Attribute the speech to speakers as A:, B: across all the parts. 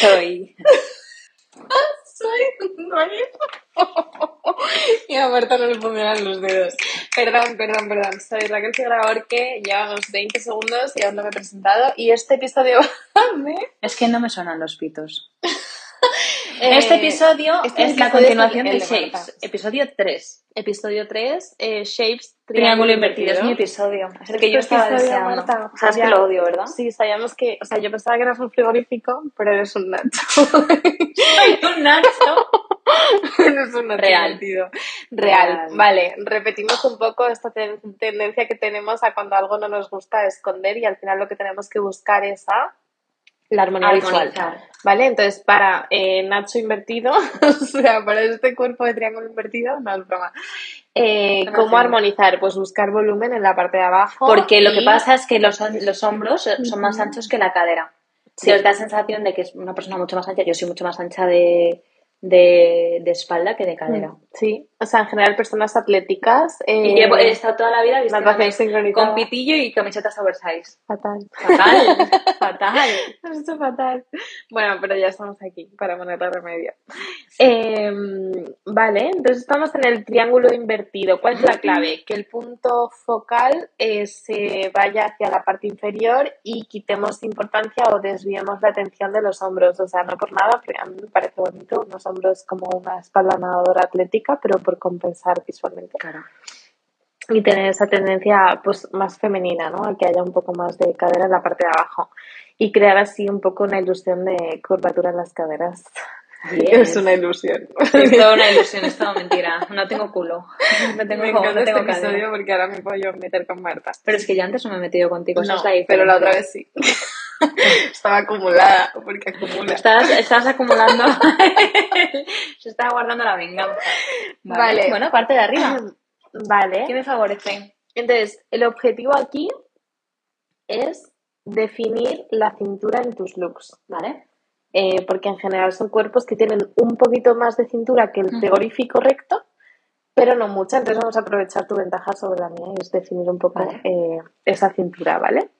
A: soy.
B: Soy Y a Marta no le pondrán los dedos. Perdón, perdón, perdón. Soy Raquel Figueroa Orque, llevamos 20 segundos y aún no me he presentado. Y este episodio va de...
A: Es que no me suenan los pitos. Este
B: eh,
A: episodio
B: este
A: es la
B: episodio es
A: continuación
B: el-
A: de
B: el de Marta.
A: Shapes, episodio 3.
B: Episodio 3, eh, Shapes
A: Triángulo invertido es mi episodio. Es el que yo
B: Este
A: estaba
B: episodio,
A: deseando.
B: Marta,
A: Sabes
B: ya.
A: que lo odio, ¿verdad?
B: Sí, sabíamos que... O sea, yo pensaba que eras un frigorífico, pero eres un nacho.
A: Soy un Nacho.
B: eres un nacho
A: Real.
B: metido. Real.
A: Real.
B: Vale, repetimos un poco esta ten- tendencia que tenemos a cuando algo no nos gusta esconder y al final lo que tenemos que buscar es a la armonía visual. Vale, entonces para eh, Nacho invertido, o sea, para este cuerpo de triángulo invertido, no es broma. Eh,
A: No
B: ¿Cómo
A: sé.
B: armonizar? Pues buscar volumen en la parte de abajo.
A: Porque lo que
B: y-
A: pasa es que los, los hombros son más anchos que la cadera.
B: Sí.
A: Te da la sensación de que es una persona mucho más ancha. Yo soy mucho más ancha de, de, de espalda que de cadera.
B: Mm, Sí, o sea, en general personas atléticas. Eh,
A: Y llevo, he estado toda la vida
B: natación
A: vistiéndome
B: sincronizada.
A: con pitillo y camisetas oversize.
B: Fatal.
A: Fatal, fatal.
B: Has hecho fatal. Bueno, pero ya estamos aquí para ponerle remedio. Eh, vale, entonces estamos en el triángulo invertido. ¿Cuál es la clave? Que el punto focal eh, se vaya hacia la parte inferior y quitemos importancia o desviemos la atención de los hombros. O sea, no por nada, pero a mí me parece bonito unos hombros como una espalda nadadora atlética, pero por compensar visualmente.
A: Claro.
B: Y tener esa tendencia pues más femenina, ¿no? A que haya un poco más de cadera en la parte de abajo. Y crear así un poco una ilusión de curvatura en las caderas.
A: Es una...
B: ilusión.
A: es toda una ilusión, es toda mentira. No tengo culo. No tengo,
B: me
A: no
B: encanta este
A: tengo cadera.
B: episodio porque ahora me puedo yo meter con Marta.
A: Pero es que yo antes no me he metido contigo. esa
B: No,
A: es la diferencia.
B: pero la otra vez sí. Estaba acumulada, porque acumula.
A: Estabas, estabas acumulando. Se estaba guardando la venganza.
B: Vale.
A: Bueno, parte de arriba. ¿Qué
B: Vale.
A: me favorece?
B: Entonces, el objetivo aquí es definir la cintura en tus looks.
A: Vale.
B: eh, porque en general son cuerpos que tienen un poquito más de cintura que el
A: Ujú.
B: frigorífico recto, pero no mucha, entonces vamos a aprovechar tu ventaja sobre la mía y es definir un poco
A: Vale.
B: eh, esa cintura, ¿vale?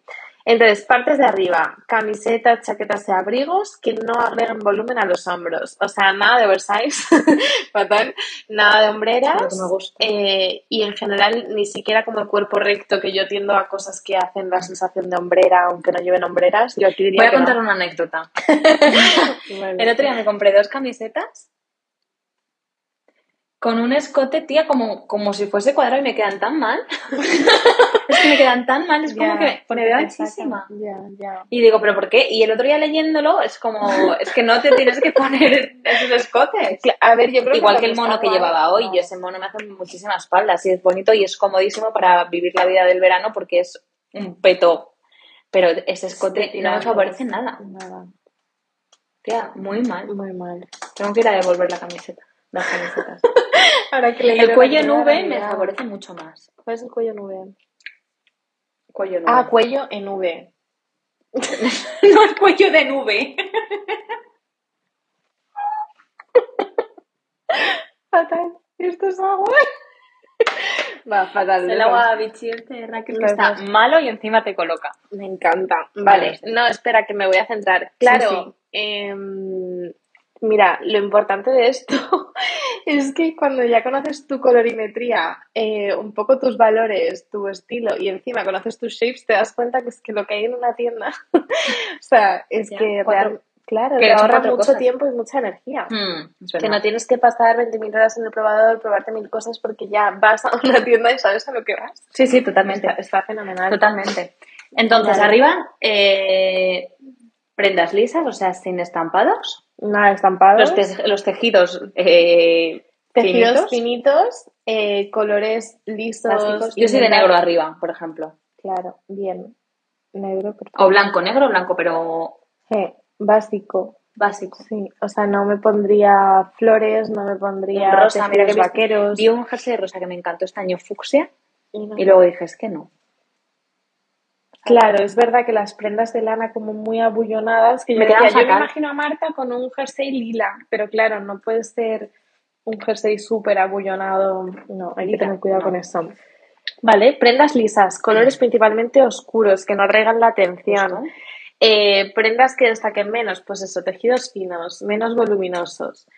B: Entonces, partes de arriba, camisetas, chaquetas y abrigos que no agreguen volumen a los hombros, o sea, nada de oversize, fatal, nada de
A: Lo
B: hombreras,
A: que me gusta.
B: eh, y en general ni siquiera como el cuerpo recto, que yo tiendo a cosas que hacen la sensación de hombrera, aunque no lleven hombreras, yo aquí diría
A: Voy a
B: que no.
A: contar una anécdota.
B: Vale.
A: El otro día me compré dos camisetas con un escote, tía, como, como si fuese cuadrado y me quedan tan mal. es que me quedan tan mal, es como
B: Ya,
A: que me, me veo
B: exacto.
A: anchísima.
B: Ya, ya.
A: Y digo, ¿pero por qué? Y el otro día leyéndolo es como, es que no te tienes que poner esos escotes.
B: Cla- A ver, yo creo
A: Igual
B: lo
A: que el mono
B: está
A: que
B: guay,
A: llevaba hoy,
B: ¿no?
A: yo ese mono me hace muchísima espalda, así es bonito y es comodísimo para vivir la vida del verano porque es un peto. Pero ese escote no me
B: tirando.
A: favorece
B: ¿eh?
A: nada.
B: Nada,
A: Tía, muy mal.
B: muy mal.
A: Tengo que ir a devolver la camiseta. Las camisetas.
B: Ahora que le
A: El cuello en V me favorece mucho más.
B: ¿Cuál es el cuello en V?
A: Cuello en
B: Ah,
A: V.
B: cuello en V.
A: no el cuello de nube.
B: Fatal. Esto es agua. Va, fatal.
A: El agua bichirte, Raquel, que
B: Los
A: está
B: dos.
A: malo y encima te coloca.
B: Me encanta. Vale, no, espera, que me voy a centrar. Claro,
A: sí.
B: em, mira, lo importante de esto es que cuando ya conoces tu colorimetría, eh, un poco tus valores, tu estilo y encima conoces tus shapes, te das cuenta que es que lo que hay en una tienda, o sea, es
A: Ya,
B: que
A: cuatro-
B: real- claro,
A: que
B: te
A: son
B: ahorra
A: cuatro
B: mucho
A: cosas.
B: tiempo y mucha energía.
A: Mm, es
B: Que no
A: verdad.
B: tienes que pasar 20.000 horas en el probador, probarte mil cosas porque ya vas a una tienda y sabes a lo que vas.
A: Sí, sí, totalmente.
B: Está, está fenomenal.
A: Totalmente. Entonces,
B: Vale.
A: arriba, eh, prendas lisas, o sea, sin estampados.
B: Nada, estampado.
A: Los, te- los tejidos eh,
B: Tejidos
A: finitos.
B: finitos, eh, colores lisos.
A: Básicos. Yo soy de
B: lindas.
A: negro arriba, por ejemplo.
B: Claro, bien. Negro, perfecto.
A: O blanco, negro, blanco, pero
B: Sí, básico,
A: básico.
B: sí. O sea, no me pondría flores, no me pondría
A: Rosa, mira que
B: tejidos
A: he visto-
B: vaqueros.
A: Vi un jersey rosa que me encantó este año, fucsia,
B: Y no.
A: y luego dije, es que no.
B: Claro, es verdad que las prendas de lana como muy abullonadas, que yo,
A: Me quedan
B: decía, yo me
A: fatal.
B: imagino a Marta con un jersey lila, pero claro, no puede ser un jersey súper abullonado. No, hay que
A: Lila,
B: tener cuidado
A: no. Mm.
B: con eso.
A: pues
B: Vale, prendas lisas, colores principalmente oscuros, que no regan la atención.
A: Justo.
B: Eh, prendas que destaquen menos, pues eso, tejidos finos, menos voluminosos,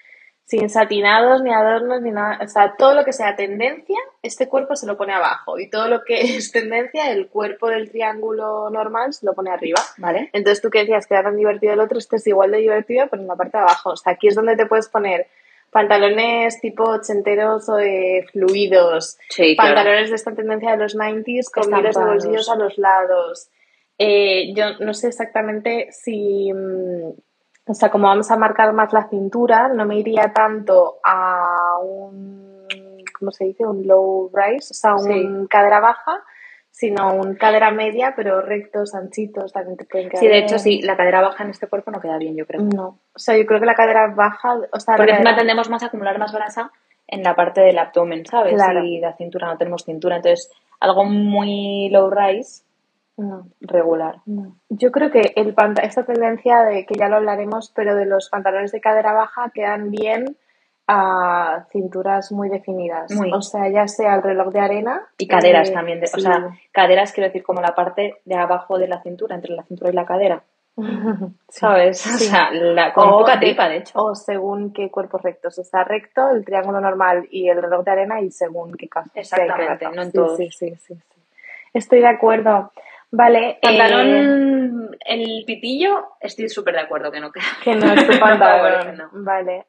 B: sin satinados, ni adornos, ni nada. O sea, todo lo que sea tendencia, este cuerpo se lo pone abajo. Y todo lo que es tendencia, el cuerpo del triángulo normal se lo pone arriba.
A: ¿Vale?
B: Entonces tú que decías que era tan divertido el otro, este es igual de divertido, pero en la parte de abajo. O sea, aquí es donde te puedes poner pantalones tipo ochenteros o de fluidos,
A: Sí, claro.
B: pantalones de esta tendencia de los 90s con miles de
A: Estampados.
B: bolsillos a los lados. Eh, yo no sé exactamente si. mm, O sea, como vamos a marcar más la cintura, no me iría tanto a un. ¿Cómo se dice? Un low rise, o sea, un cadera baja, sino un cadera media, pero rectos, anchitos, también te pueden quedar.
A: Sí, de hecho,
B: bien.
A: sí, la cadera baja en este cuerpo no queda bien, yo creo.
B: No. O sea, yo creo que la cadera baja. O sea, la
A: Porque encima
B: cadera-
A: tendemos más a acumular más grasa en la parte del abdomen, ¿sabes?
B: Claro.
A: Y la cintura, no tenemos cintura. Entonces, algo muy low rise,
B: No.
A: regular.
B: No. Yo creo que el panta- esta tendencia de que ya lo hablaremos, pero de los pantalones de cadera baja quedan bien a cinturas muy definidas.
A: Muy.
B: O sea, ya sea el reloj de arena
A: Y caderas
B: eh,
A: también. de- O
B: sí.
A: sea, caderas quiero decir como la parte de abajo de la cintura, entre la cintura y la cadera, ¿sabes? O
B: Sí.
A: sea, la, con
B: O
A: poca
B: de-
A: tripa, de hecho.
B: O según qué cuerpos rectos. Está recto, el triángulo normal y el reloj de arena y según qué caso.
A: Exactamente, no en
B: sí,
A: todos.
B: sí, sí, sí, sí. Estoy de acuerdo. Vale, eh,
A: Pantalón, el pitillo, estoy súper de acuerdo que no queda.
B: Que no es tu
A: No
B: pantalón.
A: favorece, no.
B: Vale.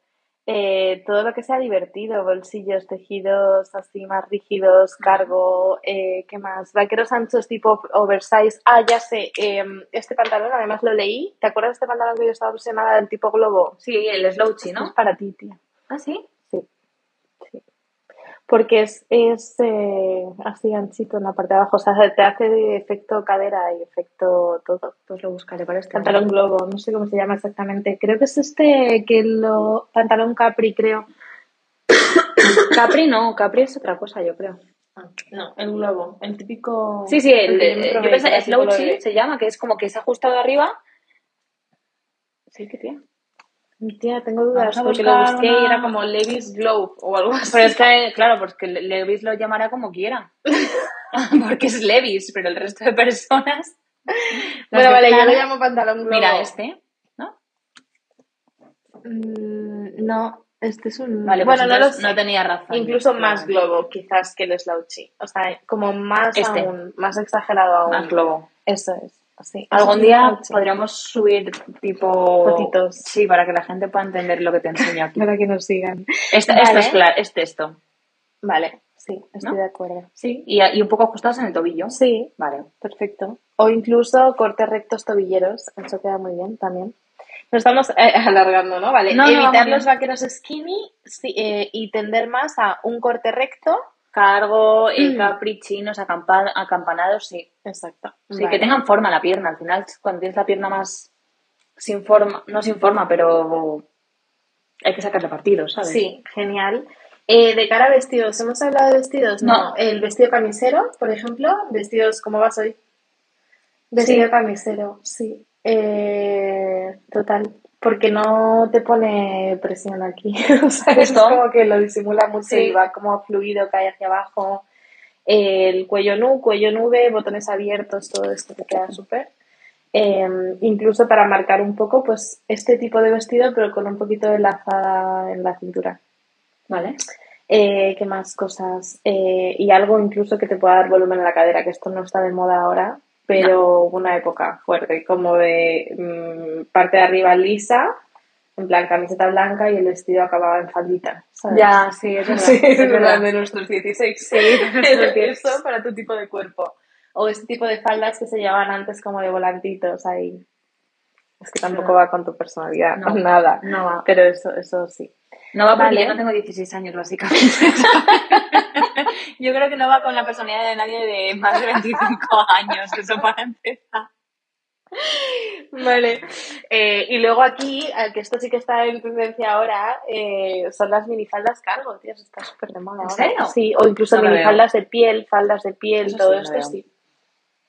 B: Eh, todo lo que sea divertido, bolsillos, tejidos así más rígidos, cargo, eh, ¿qué más? Vaqueros anchos tipo oversize. Ah, ya sé, eh, este pantalón además lo leí. ¿Te acuerdas de este pantalón que yo estaba obsesionada del tipo globo?
A: Sí, el slouchy,
B: Es
A: ¿no?
B: para ti, tía.
A: Ah, sí.
B: Porque es, es eh, así anchito en la parte de abajo. O sea, te hace efecto cadera y efecto todo.
A: Pues lo buscaré para este.
B: Pantalón globo, no sé cómo se llama exactamente. Creo que es este que lo. Pantalón Capri, creo.
A: Capri no, Capri es otra cosa, yo creo.
B: No, el globo, el típico.
A: Sí, sí, el,
B: que me
A: eh, yo
B: probé,
A: pensé,
B: que era así
A: slouchy
B: color de-
A: se llama, que es como que se ha ajustado arriba. Sí, qué tía.
B: Tía, tengo dudas
A: Vamos a
B: porque lo
A: buscar
B: busqué y
A: una-
B: era como Levi's Globe o algo así.
A: Pero es que, claro, pues que Le- Levis lo llamará como quiera. Porque es Levis, pero el resto de personas.
B: bueno,
A: Las
B: vale, yo
A: ventanas-
B: lo llamo pantalón globo.
A: Mira este, ¿no?
B: Mm, no, este es un.
A: Vale, pues
B: bueno, no lo
A: entonces
B: sé.
A: no tenía razón.
B: Incluso
A: Pero
B: más
A: bueno.
B: globo, quizás que el slouchy. O sea, como más
A: Este.
B: aún, más exagerado aún.
A: Más globo.
B: Eso es. Sí,
A: Algún
B: eso es
A: día
B: slouchy.
A: podríamos subir tipo
B: Fotitos.
A: Sí, para que la gente pueda entender lo que te enseño aquí.
B: Para que nos sigan.
A: Esta- Esto
B: Vale.
A: es este, claro, es texto.
B: Vale, sí, estoy
A: ¿No?
B: de acuerdo.
A: Sí. Y, y un poco ajustados en el tobillo.
B: Sí,
A: Vale.
B: Perfecto. O incluso cortes rectos tobilleros. Eso queda muy bien también. Nos estamos eh, alargando, ¿no? Vale.
A: No, no, vamos
B: Evitar
A: bien.
B: los vaqueros skinny sí, eh, y tender más a un corte recto.
A: Cargo, eh,
B: Mm.
A: caprichinos, acampa- acampanados, sí.
B: Exacto.
A: Sí, que tengan forma la pierna. Al final, cuando tienes la pierna más sin forma, no sin forma, pero hay que sacarle partido, ¿sabes?
B: Sí, genial. Eh, de cara a vestidos, ¿hemos hablado de vestidos?
A: No.
B: El vestido camisero, por ejemplo. Vestidos, ¿cómo vas hoy? Vestido
A: Sí.
B: camisero, sí. Eh, total. Porque no te pone presión aquí. o sea, es
A: Justo.
B: como que lo disimula mucho
A: Sí.
B: y va como fluido, cae hacia abajo. El cuello nu, cuello nube, botones abiertos, todo esto te queda súper. Eh, incluso para marcar un poco, pues este tipo de vestido, pero con un poquito de lazada en la cintura.
A: Vale.
B: Eh, ¿Qué más cosas? Eh, y algo incluso que te pueda dar volumen a la cadera, que esto no está de moda ahora, pero hubo una época fuerte, como de mm, parte de arriba lisa, en plan camiseta blanca y el vestido acababa en faldita, ¿sabes?
A: Ya, sí, es verdad.
B: Sí,
A: es
B: en
A: verdad.
B: plan de nuestros 16.
A: Sí, de nuestros 16.
B: Eso para tu tipo de cuerpo. O este tipo de faldas que se llevaban antes como de volantitos ahí. Es que tampoco va con tu personalidad,
A: No.
B: nada.
A: No va.
B: Pero eso, eso sí.
A: No va porque
B: Vale.
A: yo no tengo 16 años, básicamente. yo creo que no va con la personalidad de nadie de más de 25 años, eso para empezar.
B: Vale. Eh, y luego aquí, al que esto sí que está en tendencia ahora, eh, son las minifaldas cargo, tío, eso está súper de moda
A: ¿En
B: ahora.
A: serio?
B: Sí, o incluso
A: No lo
B: minifaldas de piel, faldas de piel,
A: Eso
B: todo
A: sí, lo
B: esto
A: veo.
B: sí.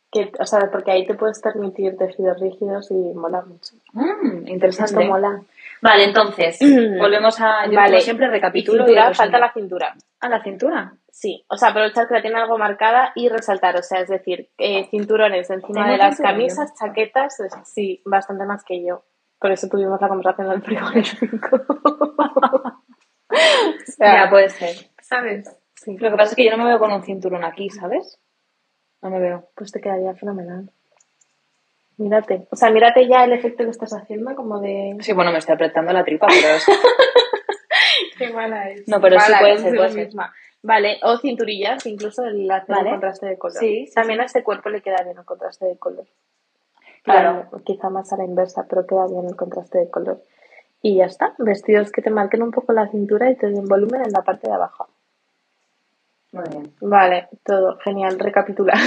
B: Que, o sea, porque ahí te puedes permitir tejidos rígidos y mola mucho.
A: Mm,
B: Esto
A: interesante.
B: mola.
A: Vale, entonces,
B: Mm.
A: volvemos a. Yo
B: Vale.
A: como siempre recapitulo.
B: y cintura,
A: digo,
B: falta
A: sí.
B: la cintura.
A: A la cintura.
B: Sí, o sea, aprovechar que la tiene algo marcada y resaltar, o sea, es decir, eh, cinturones encima
A: ¿Tengo
B: de las
A: cinturón?
B: camisas, chaquetas, es- sí, bastante más que yo. Por eso tuvimos la conversación del frigorífico. o sea,
A: Ya, puede ser.
B: ¿sabes? pues, Sí,
A: Lo que pasa es que yo no me veo con un cinturón aquí, ¿sabes? No me veo.
B: pues te quedaría fenomenal. Mírate, o sea, mírate ya el efecto que estás haciendo, como de...
A: Sí, bueno, me está apretando la tripa, pero es...
B: Qué mala es.
A: No, pero sí
B: Mala
A: puede
B: es
A: ser,
B: de
A: puede
B: lo
A: ser.
B: misma. Vale, o cinturillas, incluso el hacer
A: Vale.
B: un contraste de color.
A: Sí, sí,
B: También a este cuerpo le queda bien el contraste de color.
A: Claro.
B: Quizá- Quizá más a la inversa, pero queda bien el contraste de color. Y ya está. Vestidos que te marquen un poco la cintura y te den volumen en la parte de abajo.
A: Muy bien.
B: Vale, todo genial. Recapitular.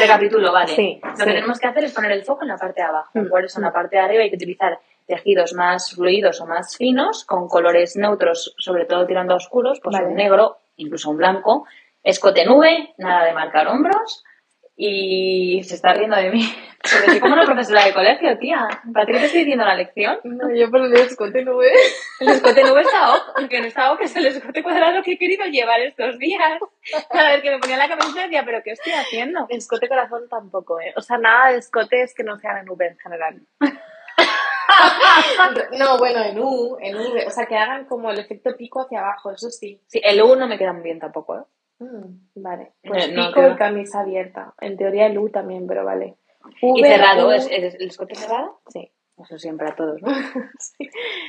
A: Recapitulo, vale.
B: Sí,
A: Lo
B: sí.
A: que tenemos que hacer es poner el foco en la parte de abajo.
B: Mm.
A: Por eso en la parte de arriba hay que utilizar tejidos más fluidos o más finos, con colores neutros, sobre todo tirando a oscuros, pues
B: Vale.
A: un negro, incluso un blanco, escote nube, nada de marcar hombros. Y se está riendo de mí. Porque soy como una profesora de colegio, tía. ¿Para qué te estoy diciendo la lección?
B: no, yo por el escote no veo.
A: El escote nube está off. Lo que no está off es el escote cuadrado que he querido llevar estos días. Cada vez que me ponía la camiseta decía, ¿pero qué estoy haciendo?
B: Escote corazón tampoco, ¿eh? O sea, nada de escotes que no sean en V en general. no, bueno, en U, en V. O sea, que hagan como el efecto pico hacia abajo, eso sí.
A: Sí, el U no me queda muy bien tampoco, ¿eh?
B: Mm, vale, pues
A: Eh, no,
B: pico
A: queda-
B: y camisa abierta. En teoría el U también, pero vale.
A: Y
B: V, U,
A: cerrado, ¿es, es- el escote cerrado?
B: Sí.
A: Eso siempre a todos, ¿no?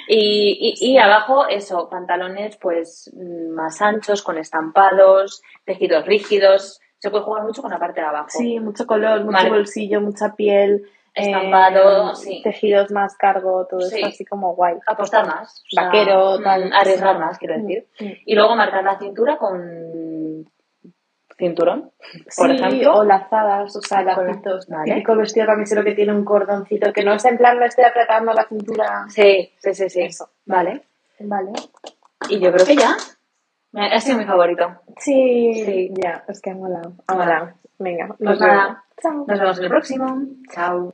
A: Y, y, y abajo, eso, pantalones pues mm, más anchos, con estampados, tejidos rígidos. Se puede jugar mucho con la parte de abajo.
B: Sí, mucho color, mucho
A: Vale.
B: bolsillo, mucha piel. eh,
A: Estampado, sí.
B: Tejidos más cargo, todo
A: Sí.
B: eso así como guay.
A: Apostar más. o sea,
B: Vaquero, tal.
A: mm, Arriesgar más, quiero decir.
B: Mm.
A: Y luego marcar la cintura con cinturón, por
B: Sí,
A: ejemplo.
B: o lazadas, o sea,
A: Con-
B: lacitos.
A: vale.
B: Típico vestido camisero que tiene un cordoncito, que no es en plan, me estoy apretando la cintura.
A: Sí, sí, sí, sí.
B: Eso.
A: Vale.
B: Vale.
A: Y yo creo que ya. Me- Ha sido mi favorito.
B: Sí,
A: Sí.
B: ya, es que ha molado. Ha molado. Ah, Venga,
A: Pues
B: vemos.
A: nada.
B: Chao.
A: Nos vemos en el próximo. Chao.